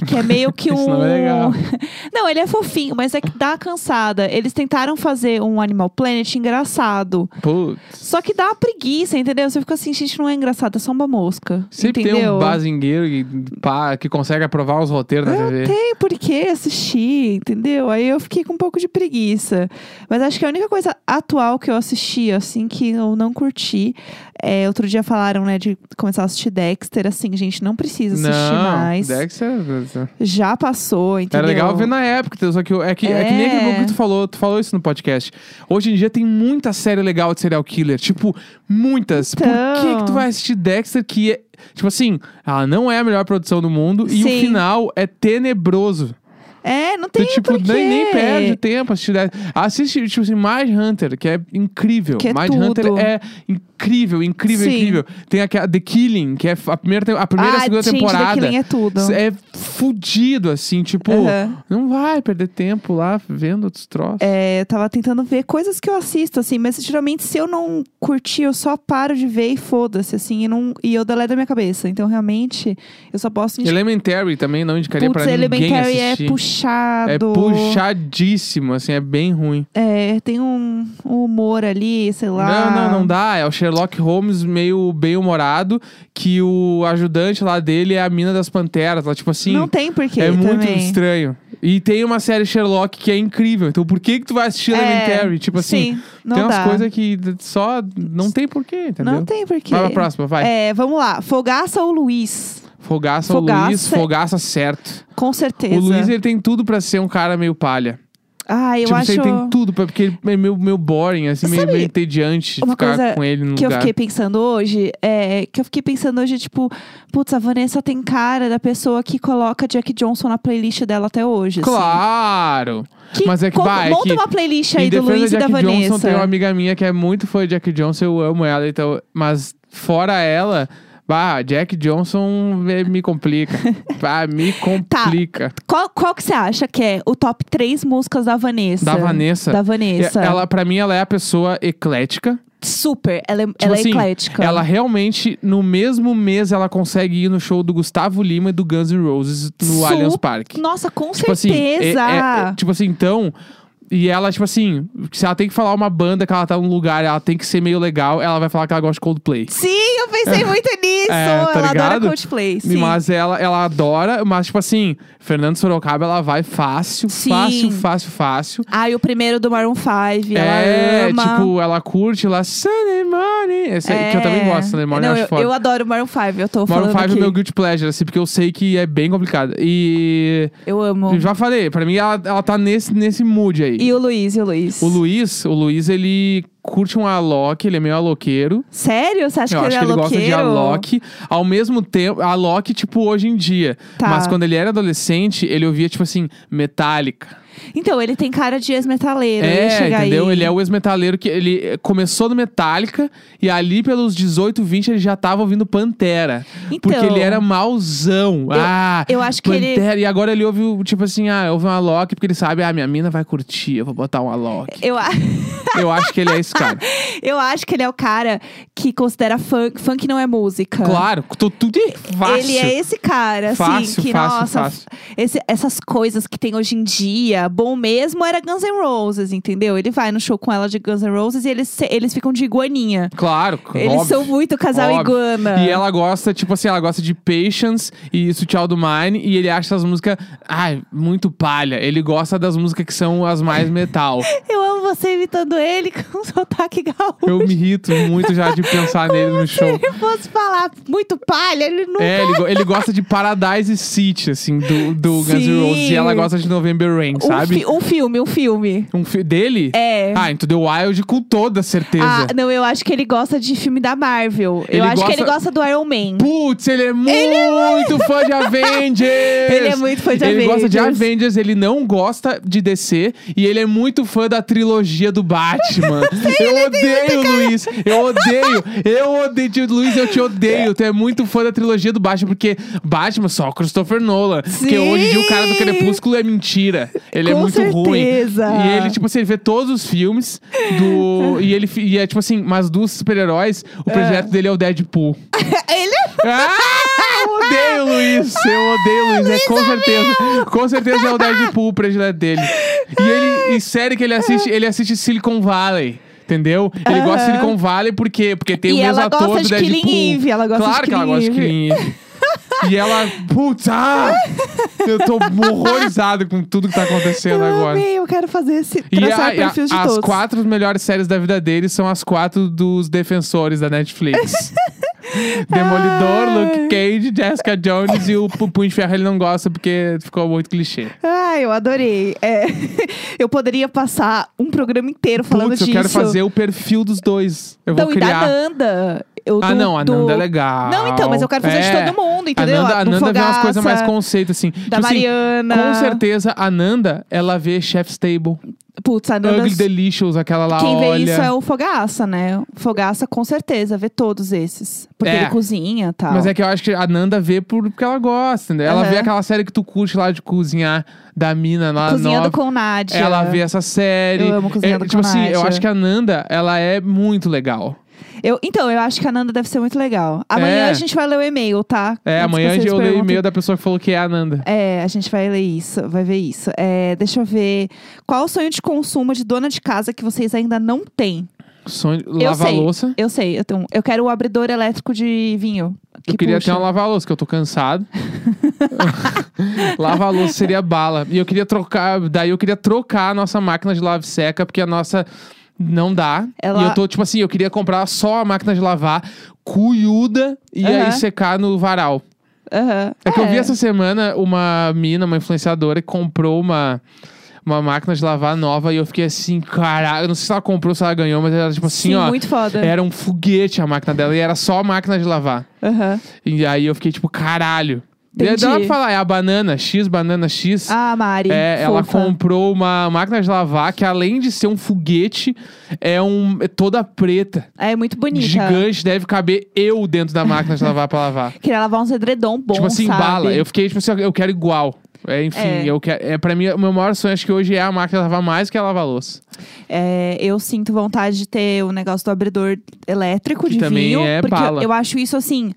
A: Que é meio que um...
B: Isso não é legal.
A: Não, ele é fofinho, mas é que dá uma cansada. Eles tentaram fazer um Animal Planet engraçado.
B: Putz.
A: Só que dá uma preguiça, entendeu? Você fica assim, gente, não é engraçado, é só uma mosca.
B: Sempre
A: entendeu?
B: tem um bazingueiro que, pá, que consegue aprovar uns roteiros na TV.
A: tem por que assistir, entendeu? Aí eu fiquei com um pouco de preguiça. Mas acho que a única coisa atual que eu assisti, assim, que eu não curti. É, outro dia falaram, né, de começar a assistir Dexter. Assim, gente, não precisa assistir
B: não,
A: mais.
B: Dexter.
A: Já passou, entendeu?
B: Era legal ver na época, só que eu- é que, é. que nem
A: É.
B: aquele bagulho que tu falou, tu falou isso no podcast. Hoje em dia tem muita série legal de serial killer, tipo, muitas. Por que,
A: Então.
B: que tu vai assistir Dexter que é, tipo assim, ela não é a melhor produção do mundo e
A: Sim.
B: o final é tenebroso.
A: É, não
B: Tu,
A: tem
B: tipo,
A: porquê.
B: nem, nem perde tempo assistir Dexter. Assiste, tipo assim, Mind Hunter, que é incrível.
A: Que é
B: Mind Hunter
A: tudo.
B: é incrível, incrível,
A: Sim.
B: incrível. Tem aquela The Killing, que é a primeira, te- a primeira e
A: ah,
B: a segunda
A: gente,
B: temporada.
A: Killing é tudo.
B: É fudido, assim, tipo,
A: Aham.
B: não vai perder tempo lá vendo outros troços.
A: É, eu tava tentando ver coisas que eu assisto, assim, mas geralmente se eu não curtir, eu só paro de ver e foda-se, assim, e, não, e eu deleto da minha cabeça. Então, realmente, eu só posso indicar.
B: Elementary também não indicaria
A: Putz,
B: pra ninguém
A: Elementary é
B: assistir.
A: puxado.
B: É puxadíssimo, assim, é bem ruim.
A: É, tem um, um humor ali, sei lá.
B: Não, não, não dá. É o Sherlock Holmes meio bem-humorado, que o ajudante lá dele é a mina das panteras. Lá, tipo assim,
A: Não tem porquê
B: é muito
A: também.
B: estranho. E tem uma série Sherlock que é incrível. Então por que que tu vai assistir
A: É,
B: Elementary? Tipo assim,
A: Sim, não
B: tem umas
A: dá.
B: coisas que só não tem porquê, entendeu?
A: Não tem porquê.
B: Vai pra próxima, vai.
A: É, vamos lá. Fogaça ou Luiz?
B: Fogaça,
A: Fogaça. é
B: o Luiz, Fogaça certo.
A: Com certeza.
B: O Luiz, ele tem tudo pra ser um cara meio palha.
A: Ah, eu
B: tipo,
A: acho.
B: ele tem tudo, pra, porque ele é meio, meio boring, assim, meio,
A: Sabe
B: meio entediante
A: uma
B: ficar
A: coisa
B: com ele no
A: que eu
B: um lugar.
A: fiquei pensando hoje é que eu fiquei pensando hoje tipo putz a Vanessa tem cara da pessoa que coloca Jack Johnson na playlist dela até hoje assim.
B: Claro!
A: Que-
B: Mas é que
A: como-
B: vai, é
A: monta
B: que
A: uma playlist aí
B: Em
A: do
B: defesa
A: Luiz e
B: de
A: da
B: Jack Johnson,
A: Vanessa
B: tem uma amiga minha que é muito fã de Jack Johnson, eu amo ela, então... Mas fora ela... Bah, Jack Johnson eh, me complica. bah, me
A: Tá,
B: complica.
A: qual, qual que você acha que é o top três músicas da Vanessa
B: Da Vanessa.
A: da Vanessa
B: Ela, pra mim, ela é a pessoa eclética.
A: super ela é,
B: Tipo
A: ela é
B: assim,
A: eclética
B: Ela realmente, no mesmo mês, ela consegue ir no show do Gustavo Lima e do Guns N' Roses no
A: Su-
B: Allianz Parque.
A: nossa com
B: Tipo assim, é-
A: certeza
B: é- é- tipo assim, então. E ela, tipo assim, se ela tem que falar uma banda que ela tá num lugar, ela tem que ser meio legal, ela vai falar que ela gosta de Coldplay.
A: sim eu pensei muito nisso
B: É, tá
A: ela adora
B: ligado?
A: Coldplay sim
B: Mas ela, ela adora, mas, tipo assim, Fernando Sorocaba, ela vai fácil,
A: Sim.
B: fácil, fácil, fácil.
A: Ah, e o primeiro do Maroon 5.
B: é,
A: ela ama.
B: tipo, ela curte lá Sunday Morning. Esse aí, que eu também gosto, Sunday Morning,
A: É. Não,
B: eu acho
A: eu,
B: foda.
A: eu adoro Maroon 5, eu tô
B: Maroon
A: falando
B: 5
A: aqui.
B: é meu guilty pleasure, assim, porque eu sei que é bem complicado. E.
A: Eu amo.
B: eu Já falei, pra mim ela, ela tá nesse, nesse mood aí.
A: E o Luiz, e o Luiz.
B: O Luiz, o Luiz, ele curte um Alok, ele é meio aloqueiro.
A: Sério? Você acha
B: eu
A: que
B: acho
A: ele é
B: que ele gosta de
A: loqueiro?
B: Alok. Ao mesmo tempo, Alok, tipo, hoje em dia.
A: Tá.
B: Mas quando ele era adolescente, ele ouvia, tipo assim, Metallica.
A: Então, ele tem cara de ex-metaleiro. eu ia
B: é,
A: chegar
B: entendeu?
A: Aí.
B: Ele é o ex-metaleiro que ele eh, começou no Metallica e ali pelos 18, 20 ele já tava ouvindo Pantera.
A: Então,
B: Porque ele era mauzão. ah,
A: eu acho que ele-
B: Pantera. E agora ele ouve, o- tipo assim, ah, ouve um Alok, porque ele sabe, ah, minha mina vai curtir, eu vou botar um Alok.
A: Eu, a-
B: eu acho que ele é esse cara.
A: eu acho que ele é o cara que considera funk, funk não é música.
B: Claro, tu- tudo é fácil.
A: Ele é esse cara, assim,
B: Fácil,
A: que,
B: fácil,
A: nossa,
B: fácil.
A: esse- essas coisas que tem hoje em dia, bom mesmo era Guns N' Roses, entendeu? Ele vai no show com ela de Guns N' Roses e eles, se- eles ficam de iguaninha.
B: Claro,
A: Eles
B: óbvio.
A: são muito casal
B: Óbvio.
A: iguana.
B: E ela gosta, tipo assim, ela gosta de Patience e Sutil do Mine. E ele acha essas músicas, ai, muito palha. Ele gosta das músicas que são as mais metal.
A: Eu amo você imitando ele com seu sotaque gaúcho.
B: Eu me irrito muito já de pensar nele no
A: Se
B: show.
A: ele fosse falar muito palha, ele não.
B: É, ele, go- ele gosta de Paradise City, assim, do, do Guns N'
A: Sim.
B: Roses. E ela gosta de November Rain,
A: um,
B: sabe?
A: fi- um filme, um filme.
B: Um fi- dele?
A: É.
B: Ah, então The Wild com toda certeza.
A: Ah, não, eu acho que ele gosta de filme da Marvel.
B: Ele
A: eu acho
B: gosta-
A: que ele gosta do Iron Man.
B: Putz, ele é muito fã de Avengers! Ele
A: é muito fã de
B: Ele gosta de
A: Avengers.
B: Avengers, ele não gosta de DC e ele é muito fã da trilogia do Batman.
A: é
B: eu odeio, Luiz! Eu odeio! Eu odeio, tio Luiz, eu te odeio! Tu é muito fã da trilogia do Batman, porque Batman só Christopher Nolan. Porque hoje em dia o cara do
A: Sim.
B: Crepúsculo é mentira. Ele é
A: Com
B: muito ruim.
A: certeza.
B: E ele, tipo assim, ele vê todos os filmes do. e ele fi- e é tipo assim, mas dos super-heróis, o projeto dele é o Deadpool.
A: ele é
B: Ah, eu odeio o Luiz. Eu odeio o Luiz. É com certeza. Com certeza é o Deadpool o predileto dele. E ele, e série que ele assiste, ele assiste Silicon Valley. Entendeu? Ele gosta de Silicon Valley porque, porque tem
A: E
B: o mesmo
A: ela
B: ator
A: gosta
B: do
A: de
B: Deadpool.
A: Killing Eve, ela gosta
B: claro
A: de
B: que ela gosta de Killing
A: Killing
B: Eve. E ela, putz, ah! Eu tô horrorizado com tudo que tá acontecendo
A: eu
B: agora.
A: amei, eu quero fazer esse.
B: E
A: Traçar
B: a- e a-
A: perfis de
B: as
A: todos.
B: quatro melhores séries da vida dele são as quatro dos defensores da Netflix. Demolidor,
A: Ai.
B: Luke Cage, Jessica Jones e o Pu- Punho de Ferro ele não gosta porque ficou muito clichê.
A: Ai, eu adorei. É, eu poderia passar um programa inteiro falando
B: Putz,
A: disso.
B: eu quero fazer o perfil dos dois. Eu
A: Então,
B: vou
A: e da
B: criar.
A: Nanda. Eu
B: Ah,
A: do-
B: não, a
A: do-
B: Nanda é legal.
A: Não, então, mas eu quero fazer
B: É.
A: de todo mundo,
B: A
A: entendeu?
B: Nanda, a
A: do
B: Nanda vê umas
A: Fogaça,
B: coisas mais conceito, assim.
A: Da
B: Tipo assim,
A: Mariana.
B: com certeza, a Nanda, ela vê Chef's Table,
A: Putz, a Nanda.
B: Ugly Delicious, aquela lá,
A: Quem
B: olha.
A: vê isso é o Fogaça, né? O Fogaça, com certeza, vê todos esses. Porque
B: É.
A: ele cozinha e tal.
B: Mas é que eu acho que a Nanda vê por- porque ela gosta, né? Ela
A: Aham.
B: vê aquela série que tu curte lá de cozinhar da mina lá
A: Cozinhando
B: nova.
A: com Nádia.
B: Ela vê essa série.
A: Eu amo Cozinhando
B: é, Tipo
A: com
B: assim, eu
A: Nádia.
B: acho que a Nanda, ela é muito legal.
A: Eu, então, eu acho que a Nanda deve ser muito legal. Amanhã
B: É.
A: a gente vai ler o e-mail, tá?
B: É,
A: Antes
B: amanhã
A: que vocês
B: eu leio o
A: perguntem.
B: e-mail da pessoa que falou que é a Nanda.
A: É, a gente vai ler isso, vai ver isso. É, deixa eu ver. Qual o sonho de consumo de dona de casa que vocês ainda não têm?
B: Sonho,
A: eu
B: lavar
A: sei.
B: louça.
A: Eu sei. Eu, tenho- um, eu quero o abridor elétrico de vinho. Que
B: eu queria
A: puxa.
B: ter uma lavar louça, que eu tô cansado. lavar louça seria bala. E eu queria trocar, daí eu queria trocar a nossa máquina de lave seca, porque a nossa não dá.
A: Ela-
B: E eu tô tipo assim, eu queria comprar só a máquina de lavar cuiuda e aí
A: Aham.
B: secar no varal.
A: Aham.
B: É que eu vi essa semana uma mina, uma influenciadora, que comprou uma, uma máquina de lavar nova e eu fiquei assim, caralho, eu não sei se ela comprou, se ela ganhou, mas era tipo assim,
A: Sim,
B: ó.
A: muito foda.
B: Era um foguete a máquina dela e era só a máquina de lavar.
A: Aham.
B: E aí eu fiquei tipo, caralho. E aí
A: Entendi.
B: dá pra falar, é a banana X, banana X.
A: Ah, Mari.
B: é, ela
A: fofa.
B: comprou uma máquina de lavar que além de ser um foguete, é um é toda preta,
A: É muito bonita.
B: gigante, deve caber eu dentro da máquina de lavar pra lavar.
A: Queria lavar uns edredom bom,
B: tipo assim,
A: sabe?
B: bala. Eu fiquei tipo assim, eu quero igual. É, enfim,
A: É.
B: eu quero, é para mim o meu maior sonho acho que hoje é a máquina de lavar mais que a lavar louça.
A: É, eu sinto vontade de ter o negócio do abridor elétrico
B: Que
A: de
B: também
A: vinho.
B: é
A: porque
B: bala.
A: eu acho isso assim.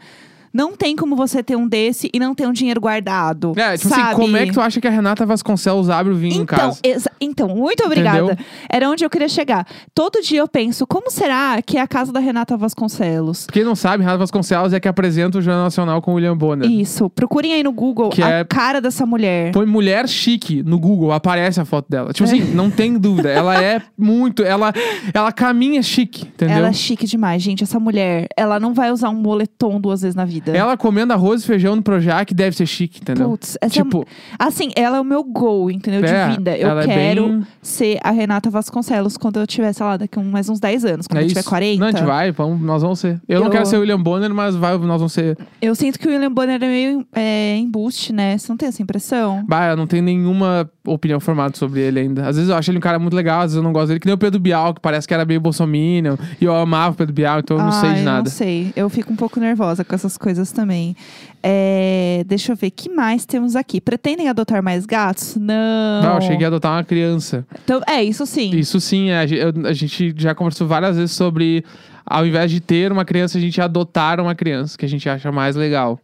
A: Não tem como você ter um desse e não ter um dinheiro guardado.
B: É, tipo
A: sabe?
B: assim, como é que tu acha que a Renata Vasconcelos abre o vinho em
A: então,
B: casa?
A: exa- então, muito obrigada. Era onde eu queria chegar. Todo dia eu penso, como será que é a casa da Renata Vasconcelos?
B: Quem não sabe, Renata Vasconcelos é que apresenta o Jornal Nacional com o William Bonner.
A: Isso. Procurem aí no Google
B: É. Que
A: a
B: é-
A: cara dessa mulher.
B: Põe mulher chique no Google, aparece a foto dela.
A: É.
B: Tipo assim, não tem dúvida. Ela é muito. Ela, ela caminha chique, entendeu?
A: Ela é chique demais, gente. Essa mulher, ela não vai usar um moletom duas vezes na vida.
B: Ela comendo arroz e feijão no Projac deve ser chique, entendeu?
A: Putz, essa
B: tipo,
A: Assim, ela é o meu gol, entendeu?
B: É,
A: de vida. Eu
B: ela é
A: quero
B: bem-
A: ser a Renata Vasconcelos quando eu tiver, sei lá, daqui um, mais uns 10 anos, quando
B: é
A: eu
B: isso.
A: tiver 40.
B: Não, a gente vai, vamos, nós vamos ser. Eu, não
A: Eu-
B: quero ser o William Bonner, mas vai, nós vamos ser.
A: Eu sinto que o William Bonner é meio é, embuste, né? Você não tem essa impressão?
B: Bah, eu não tenho nenhuma opinião formada sobre ele ainda. Às vezes eu acho ele um cara muito legal, às vezes eu não gosto dele, que nem o Pedro Bial, que parece que era meio bolsominion. E eu amava o Pedro Bial, então eu não
A: ah,
B: sei de
A: eu
B: nada.
A: não sei. Eu fico um pouco nervosa com essas coisas também. É, deixa eu ver, que mais temos aqui? Pretendem adotar mais gatos? Não.
B: Não, eu cheguei a adotar uma criança.
A: Então, é, isso sim.
B: Isso sim, é, a, ge- eu- a gente já conversou várias vezes sobre, ao invés de ter uma criança, a gente adotar uma criança, que a gente acha mais legal.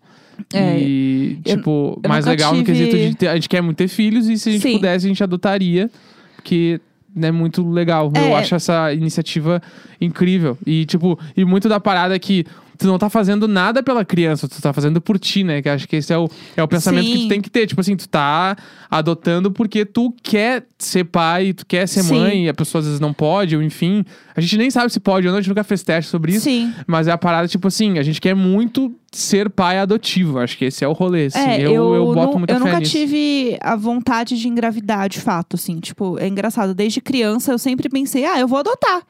A: É.
B: E,
A: Eu-
B: tipo,
A: eu
B: mais
A: nunca
B: legal no
A: tive-
B: quesito de ter, a gente quer muito ter filhos e se a gente
A: Sim.
B: pudesse, a gente adotaria, porque é muito legal. Eu
A: É.
B: acho essa iniciativa incrível. E, tipo, e muito da parada que tu não tá fazendo nada pela criança, tu tá fazendo por ti, né? Que acho que esse é o, é o pensamento que
A: Sim.
B: tu tem que ter. Tipo assim, tu tá adotando porque tu quer ser pai, tu quer ser
A: Sim.
B: mãe, e a pessoa às vezes não pode, ou enfim. A gente nem sabe se pode ou não, a gente nunca fez teste sobre isso.
A: Sim.
B: Mas é a parada, tipo assim, a gente quer muito ser pai adotivo. Acho que esse é o rolê, assim.
A: É,
B: eu, eu, boto
A: nu-
B: muita
A: eu
B: fé
A: nunca
B: nisso.
A: tive a vontade de engravidar, de fato, assim. Tipo, é engraçado. Desde criança, eu sempre pensei, ah, eu vou adotar.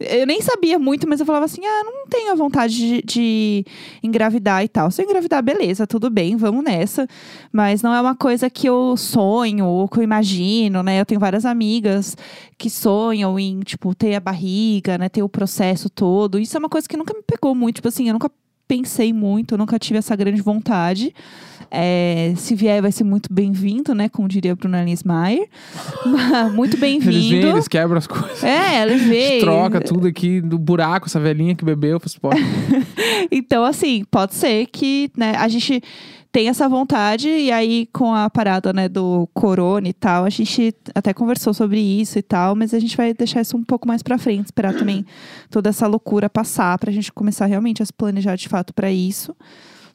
A: Eu nem sabia muito, mas eu falava assim, ah, não tenho a vontade de, de engravidar e tal. Se eu engravidar, beleza, tudo bem, vamos nessa. Mas não é uma coisa que eu sonho ou que eu imagino, né? Eu tenho várias amigas que sonham em, tipo, ter a barriga, né? Ter o processo todo. Isso é uma coisa que nunca me pegou muito. Tipo assim, eu nunca pensei muito, eu nunca tive essa grande vontade. É, se vier, vai ser muito bem-vindo, né? Como diria a Bruna Lismayer. muito
B: Eles vêm,
A: bem-vindo.
B: eles quebram as coisas.
A: É, ela
B: A gente
A: veio.
B: troca tudo aqui do buraco, essa velhinha que bebeu, faz parte.
A: Então, assim, pode ser que né, a gente tem essa vontade, e aí com a parada né, do corona e tal, a gente até conversou sobre isso e tal, mas a gente vai deixar isso um pouco mais pra frente, esperar também toda essa loucura passar, pra gente começar realmente a se planejar de fato pra isso.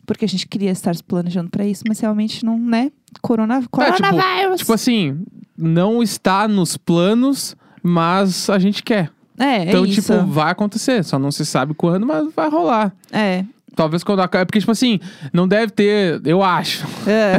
A: Porque a gente queria estar se planejando pra isso, mas realmente não, né? Corona, coronavírus.
B: Ah, Tipo assim, não está nos planos, mas a gente quer.
A: é,
B: então,
A: é isso.
B: tipo, vai acontecer. Só não se sabe quando, mas vai rolar.
A: É.
B: Talvez quando acabe. Porque, tipo assim, não deve ter, eu acho.
A: é.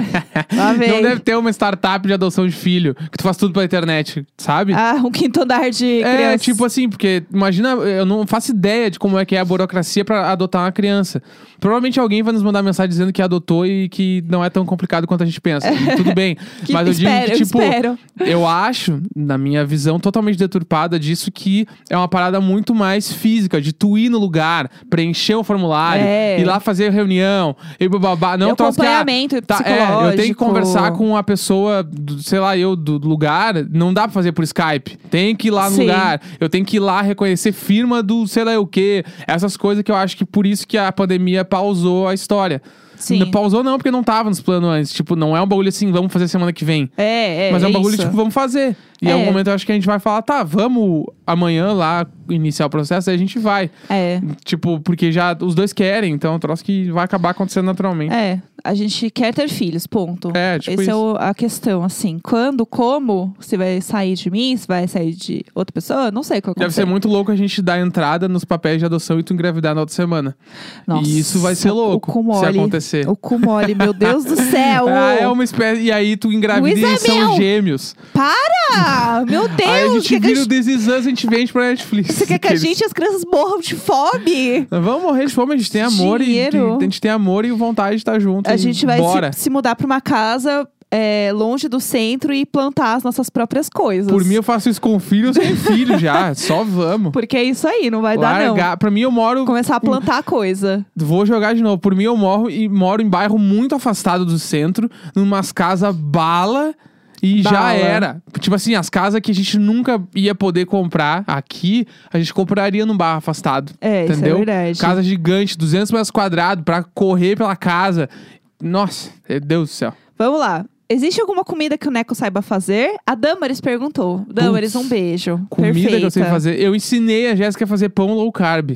A: Lá vem.
B: Não deve ter uma startup de adoção de filho, que tu faz tudo pela internet, sabe?
A: Ah, um quinto andar de
B: É,
A: criança.
B: tipo assim, porque imagina, eu não faço ideia de como é que é a burocracia pra adotar uma criança. Provavelmente alguém vai nos mandar mensagem dizendo que adotou e que não é tão complicado quanto a gente pensa. E Tudo bem.
A: Que-
B: Mas eu
A: espero,
B: digo que, tipo,
A: espero.
B: eu acho, na minha visão totalmente deturpada disso, que é uma parada muito mais física, de tu ir no lugar, preencher o formulário,
A: É.
B: ir lá fazer reunião, e babá, não é um
A: E
B: troca-
A: acompanhamento
B: Tá,
A: psicológico.
B: é, eu tenho que conversar com a pessoa, do- sei lá, eu do do lugar, não dá pra fazer por Skype. Tem que ir lá no
A: Sim.
B: lugar, eu tenho que ir lá reconhecer firma do sei lá o quê. Essas coisas que eu acho que por isso que a pandemia pausou a história.
A: Sim.
B: Não pausou não, porque não tava nos planos antes. Tipo, não é um bagulho assim, vamos fazer semana que vem.
A: É, é.
B: Mas é um
A: é
B: bagulho,
A: isso.
B: tipo, vamos fazer. E
A: É.
B: é um momento, eu acho que a gente vai falar, tá, vamos amanhã lá iniciar o processo, aí a gente vai.
A: É.
B: Tipo, porque já os dois querem, então é um troço que vai acabar acontecendo naturalmente.
A: É, a gente quer ter filhos, ponto.
B: É, tipo
A: Essa é
B: isso.
A: o- a questão, assim. Quando, como, você vai sair de mim, se vai sair de outra pessoa, não sei qual
B: Deve ser muito louco a gente dar entrada nos papéis de adoção e tu engravidar na outra semana.
A: Nossa,
B: e isso vai ser louco
A: o cu
B: se
A: mole.
B: acontecer.
A: O cu mole, meu Deus do céu!
B: Ah, é uma espécie. E aí tu engravida
A: Luiz é
B: e são
A: meu!
B: gêmeos.
A: Para! Ah, Meu
B: aí a
A: Deus!
B: gente
A: quer que a
B: vira o
A: gente-
B: This Is Us e a gente vende pra Netflix.
A: Você quer que a
B: Aqueles-
A: gente e as crianças morram de fome?
B: Nós Vamos morrer de fome, a gente tem amor
A: Dinheiro.
B: e a gente tem amor e vontade de estar junto.
A: A
B: e
A: gente vai
B: bora.
A: se, se mudar pra uma casa é, longe do centro e plantar as nossas próprias coisas.
B: Por mim, eu faço isso com filho ou sem filho já. Só vamos.
A: Porque é isso aí, não vai dar
B: Largar. Pra mim, eu moro.
A: não. Começar a plantar coisa.
B: Vou jogar de novo. Por mim, eu morro e moro em bairro muito afastado do centro, numas casas bala. E já
A: Bala.
B: era. Tipo assim, as casas que a gente nunca ia poder comprar aqui, a gente compraria num bairro afastado.
A: É, isso é
B: entendeu?
A: verdade.
B: Casa gigante, 200 metros quadrados, pra correr pela casa. Nossa, é, Deus do céu.
A: Vamos lá. Existe alguma comida que o Neco saiba fazer? A Damaris perguntou. Damaris, um beijo.
B: Comida
A: Perfeita.
B: que eu sei fazer. Eu ensinei a Jéssica a fazer pão low carb.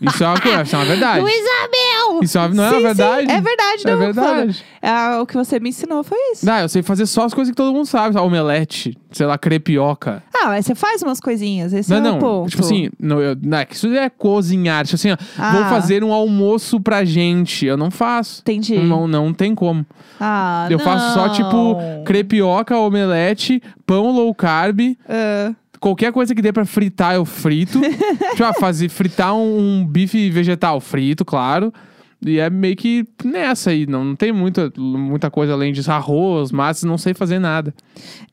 B: Isso é uma coisa, isso é uma verdade.
A: Isabel!
B: Isso é uma- não é uma verdade?
A: é verdade,
B: É
A: não.
B: verdade.
A: Ah, o que você me ensinou foi isso.
B: Não, eu sei fazer só as coisas que todo mundo sabe. sabe? Omelete, sei lá, crepioca.
A: Ah, mas você faz umas coisinhas. Esse
B: não,
A: é o
B: não.
A: ponto.
B: Tipo assim, não, eu, não, é que isso é cozinhar. Tipo assim, ó, vou
A: Ah.
B: fazer um almoço pra gente. Eu não faço.
A: Entendi.
B: Não, não tem como.
A: Ah,
B: eu faço só,
A: não.
B: tipo, crepioca, omelete, pão low carb.
A: Ah,
B: Qualquer coisa que dê pra fritar, eu frito. Deixa eu fazer, fritar um, um bife vegetal frito, claro. E é meio que nessa aí. Não, não tem muita, muita coisa além disso. Arroz, massa, não sei fazer nada.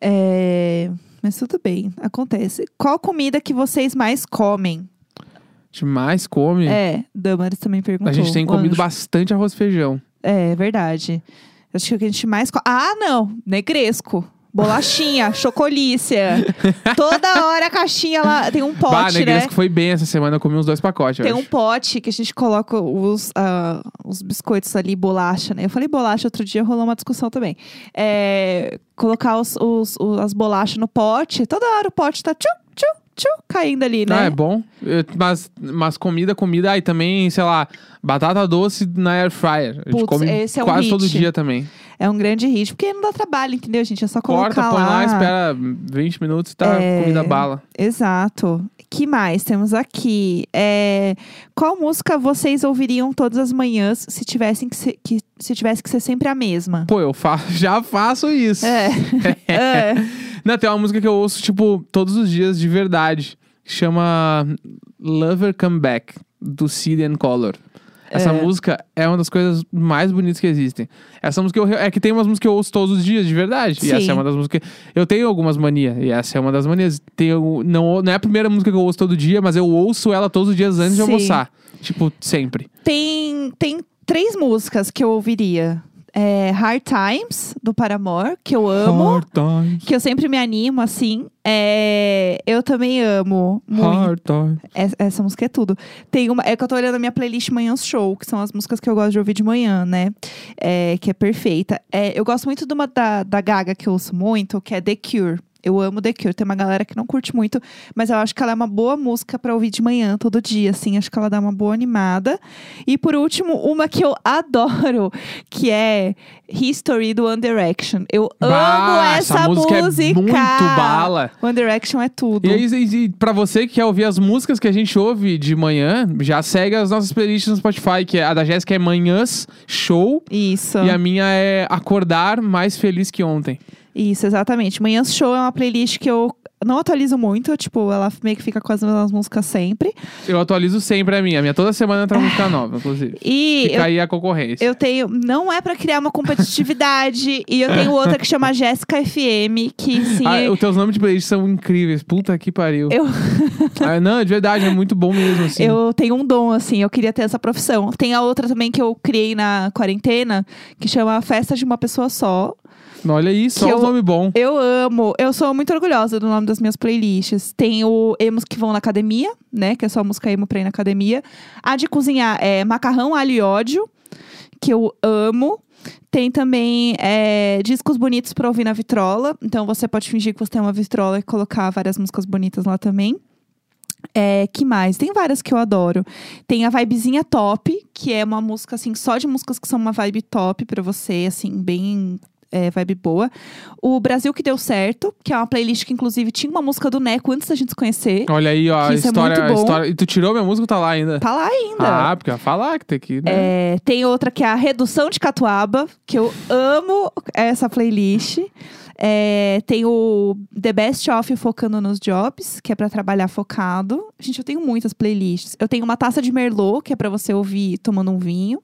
A: é... Mas tudo bem, acontece. Qual comida que vocês mais comem?
B: Demais, come.
A: É, um Damaris também perguntou.
B: A gente tem
A: O
B: comido
A: Anjo.
B: bastante arroz e feijão.
A: É, verdade. Acho que o que a gente mais. co- Ah, não! Negresco. Bolachinha, chocolícia. Toda hora a caixinha lá. Tem um pote,
B: bah,
A: né?
B: negresco foi bem essa semana, eu comi uns dois pacotes. eu
A: Tem um
B: acho.
A: pote que a gente coloca os, ah, os biscoitos ali, bolacha, né? Eu falei bolacha outro dia, rolou uma discussão também. É, colocar os, os- o- as bolachas no pote, toda hora o pote tá tchum, tchum, tchau, caindo ali, né?
B: Ah, é bom. Eu- Mas, mas comida, comida. Aí também, sei lá, batata doce na air fryer. A gente
A: Putz,
B: come
A: esse é um
B: quase
A: hit.
B: todo dia também.
A: É um grande hit, porque não dá trabalho, entendeu, gente? É só colocar
B: Corta, põe lá, espera 20 minutos e tá
A: É.
B: comida bala.
A: Exato. Que mais temos aqui? É, Qual música vocês ouviriam todas as manhãs se tivessem que ser, que- se tivesse que ser sempre a mesma?
B: Pô, eu faço, já faço isso.
A: É. É.
B: Não, tem uma música que eu ouço, tipo, todos os dias de verdade. Que chama Lover Come Back, do Seed and Color. Essa música é uma das coisas mais bonitas que existem. Essa música eu re- é que tem umas músicas que eu ouço todos os dias, de verdade. E
A: Sim.
B: essa é uma das músicas. Eu tenho algumas manias, e essa é uma das manias. Tenho, não, não é a primeira música que eu ouço todo dia, mas eu ouço ela todos os dias antes de
A: Sim.
B: almoçar. Tipo, sempre.
A: Tem, tem três músicas que eu ouviria. É, Hard Times, do Paramore, que eu amo.
B: Hard times,
A: Que eu sempre me animo, assim. É, eu também amo muito.
B: hard times.
A: Essa, essa música é tudo. Tem uma, é que eu tô olhando a minha playlist Manhãs Show, que são as músicas que eu gosto de ouvir de manhã, né? É, que é perfeita. É, eu gosto muito de uma da, da Gaga que eu ouço muito, que é The Cure. Eu amo The Cure. Tem uma galera que não curte muito, mas eu acho que ela é uma boa música pra ouvir de manhã, todo dia, assim. Acho que ela dá uma boa animada. E por último, uma que eu adoro, que é History do One Direction. Eu amo
B: Bah,
A: essa,
B: essa música é muito bala.
A: One Direction é tudo.
B: E aí, e, e pra você que quer ouvir as músicas que a gente ouve de manhã, já segue as nossas playlists no Spotify, que é- a da Jéssica é Manhãs Show.
A: Isso.
B: E a minha é Acordar Mais Feliz Que Ontem.
A: Isso, exatamente. Manhãs Show é uma playlist que eu não atualizo muito, tipo, ela meio que fica com as mesmas músicas sempre.
B: Eu atualizo sempre a minha. A minha toda semana entra uma música nova, inclusive.
A: E
B: Fica aí a concorrência.
A: eu, eu tenho. Não é pra criar uma competitividade. e eu tenho outra que chama Jéssica FM, que sim.
B: Ah, os teus nomes de playlist são incríveis. Puta que pariu.
A: assim, Eu-
B: Ah, não, de verdade, é muito bom mesmo, assim.
A: Eu tenho um dom, assim, eu queria ter essa profissão. Tem a outra também que eu criei na quarentena, que chama Festa de uma Pessoa Só.
B: Olha aí, só
A: que
B: os
A: eu-
B: nomes bons.
A: Eu amo, eu sou muito orgulhosa do nome das minhas playlists. Tem o Emos que vão na academia, né? Que é só música emo pra ir na academia. A de cozinhar é macarrão, alho e ódio, que eu amo. Tem também é, discos bonitos pra ouvir na vitrola. Então você pode fingir que você tem uma vitrola e colocar várias músicas bonitas lá também. É, que mais? Tem várias que eu adoro. Tem a Vibezinha Top, que é uma música, assim, só de músicas que são uma vibe top pra você, assim, bem é, vibe boa. O Brasil que Deu Certo, que é uma playlist que, inclusive, tinha uma música do Neco antes da gente se conhecer.
B: Olha aí, ó, a
A: Que isso é
B: história,
A: muito
B: a
A: bom.
B: história. E tu tirou minha música ou tá lá ainda?
A: Tá lá ainda.
B: Ah, porque vai falar que tem que. Né?
A: É, tem outra que é a Redução de Catuaba, que eu amo essa playlist. É, tem o The Best Off Focando nos Jobs, que é pra trabalhar focado. Gente, eu tenho muitas playlists. Eu tenho uma taça de Merlot, que é pra você ouvir tomando um vinho.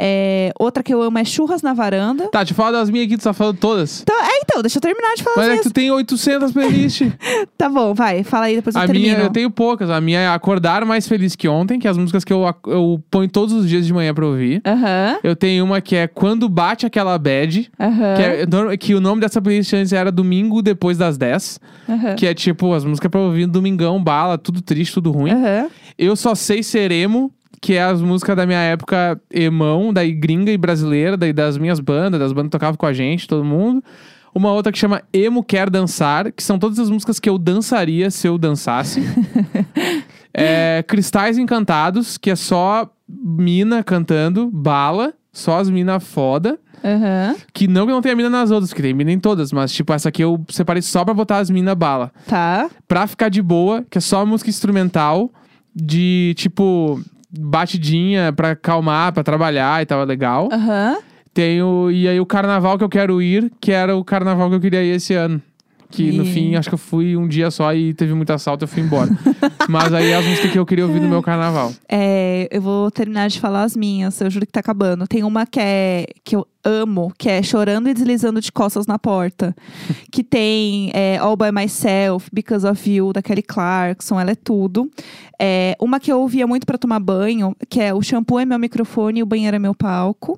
A: É, outra que eu amo é Churras na Varanda.
B: Tá, te fala das minhas aqui, tu tá falando todas.
A: Então, é, então, deixa eu terminar de falar
B: Mas
A: as
B: é que
A: minhas.
B: tu tem 800 playlists.
A: Tá bom, vai, fala aí, depois eu
B: a
A: termino.
B: minha, eu tenho poucas. A minha é Acordar Mais Feliz Que Ontem, que é as músicas que eu, ac- eu ponho todos os dias de manhã pra ouvir.
A: Aham,
B: Eu tenho uma que é Quando Bate Aquela Bad,
A: aham.
B: que, é- nor- que o nome dessa playlist antes era Domingo Depois das 10,
A: aham,
B: que é tipo as músicas pra ouvir domingão, bala, tudo triste, tudo é ruim.
A: aham.
B: Eu Só Sei Seremo, que é as músicas da minha época emão, daí gringa e brasileira, daí das minhas bandas, das bandas que tocavam com a gente, todo mundo. Uma outra que chama Emo Quer Dançar, que são todas as músicas que eu dançaria se eu dançasse. É, Cristais Encantados, que é só mina cantando, bala, só as mina foda.
A: aham.
B: Que não que não tenha mina nas outras, que tem mina em todas, mas tipo, essa aqui eu separei só pra botar as mina bala.
A: Tá.
B: Pra Ficar de Boa, que é só música instrumental de tipo batidinha pra calmar, pra trabalhar e tal, é legal.
A: Aham.
B: Tem o, e aí o carnaval que eu quero ir, que era o carnaval que eu queria ir esse ano. Que no
A: E-
B: fim, acho que eu fui um dia só e teve muito assalto, eu fui embora. Mas aí é as músicas que eu queria ouvir no meu carnaval.
A: É, eu vou terminar de falar as minhas, eu juro que tá acabando. Tem uma que é que eu amo, que é Chorando e Deslizando de Costas na Porta. que tem é, All By Myself, Because of You, da Kelly Clarkson, ela é tudo. É, uma que eu ouvia muito pra tomar banho, que é O shampoo é meu microfone e o banheiro é meu palco.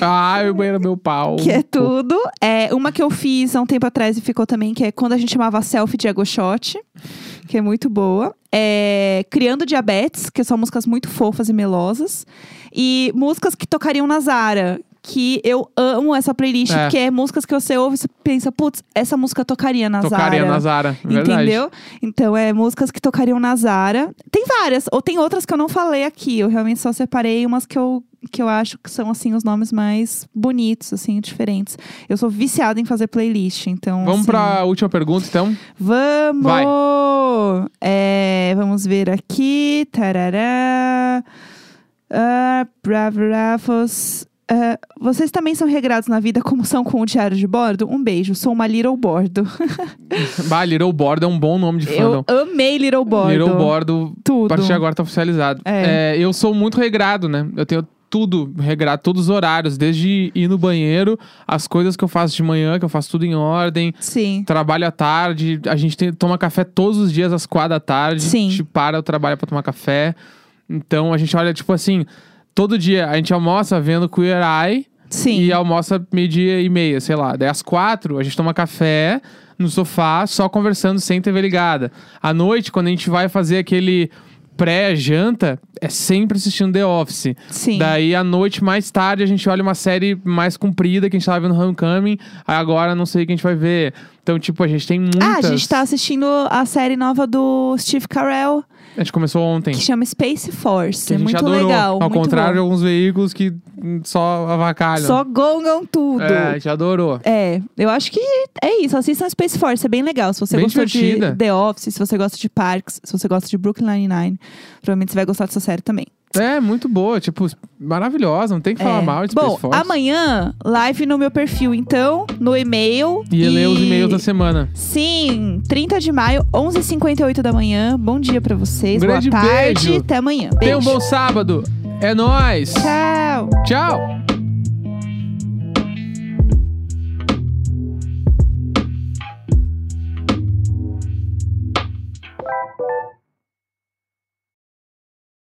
B: Ah, eu banheiro meu pau.
A: Que é tudo. É, uma que eu fiz há um tempo atrás e ficou também, que é quando a gente chamava selfie de agochote, que é muito boa. É, Criando Diabetes, que são músicas muito fofas e melosas. E músicas que tocariam na Zara, que eu amo essa playlist,
B: É.
A: porque é músicas que você ouve e você pensa, putz, essa música tocaria na
B: Tocaria
A: Zara.
B: na Zara. é Verdade.
A: Entendeu? Então, é músicas que tocariam na Zara. Tem várias, ou tem outras que eu não falei aqui. Eu realmente só separei umas que eu, que eu acho que são, assim, os nomes mais bonitos, assim, diferentes. Eu sou viciada em fazer playlist, então.
B: Vamos
A: assim,
B: pra última pergunta, então.
A: Vamos!
B: Vai.
A: É, vamos ver aqui. Tarará. Ah, Bravo Raffles. Ah, vocês também são regrados na vida como são com o diário de bordo? Um beijo, sou uma Little Bordo.
B: Bah, Little Bordo é um bom nome de fandom.
A: Eu amei Little Bordo.
B: Little Bordo, a
A: Tudo.
B: partir de agora tá oficializado.
A: É.
B: É, eu sou muito regrado, né? Eu tenho tudo regrado, todos os horários, desde ir no banheiro, as coisas que eu faço de manhã, que eu faço tudo em ordem.
A: Sim.
B: Trabalho à tarde, a gente tem- toma café todos os dias às quatro da tarde.
A: Sim.
B: A gente para o trabalho pra tomar café. Então a gente olha, tipo assim, todo dia a gente almoça vendo Queer Eye.
A: Sim.
B: E almoça meio-dia e meia, sei lá. Daí às quatro, a gente toma café no sofá, só conversando sem TV ligada. À noite, quando a gente vai fazer aquele pré-janta, é sempre assistindo The Office.
A: Sim.
B: Daí à noite, mais tarde, a gente olha uma série mais comprida que a gente tava vendo Homecoming. Aí agora não sei o que a gente vai ver. Então, tipo, a gente tem muitas.
A: Ah, a gente tá assistindo a série nova do Steve Carell,
B: A gente começou ontem.
A: que chama Space Force.
B: que a
A: é
B: gente
A: muito
B: adorou.
A: legal.
B: Ao
A: muito
B: contrário de alguns veículos que hum, só
A: bom.
B: avacalham.
A: Só gongam tudo.
B: É, a gente adorou.
A: É, eu acho que é isso. Assistam Space Force, é bem legal. Se você
B: Bem
A: gostou
B: divertida.
A: de The Office, se você gosta de Parks, se você gosta de Brooklyn Nine-Nine, provavelmente você vai gostar dessa série também.
B: É, muito boa, tipo, maravilhosa, não tem que falar
A: é.
B: mal de Space
A: Bom,
B: Force.
A: amanhã, live no meu perfil, então, no e-mail.
B: E, ler os e-mails da semana.
A: Sim, 30 de maio, 11h58 da manhã. Bom dia pra vocês,
B: Um grande
A: boa tarde,
B: beijo. um
A: até amanhã.
B: Tenha um
A: Beijo.
B: bom sábado. É nóis.
A: Tchau!
B: Tchau.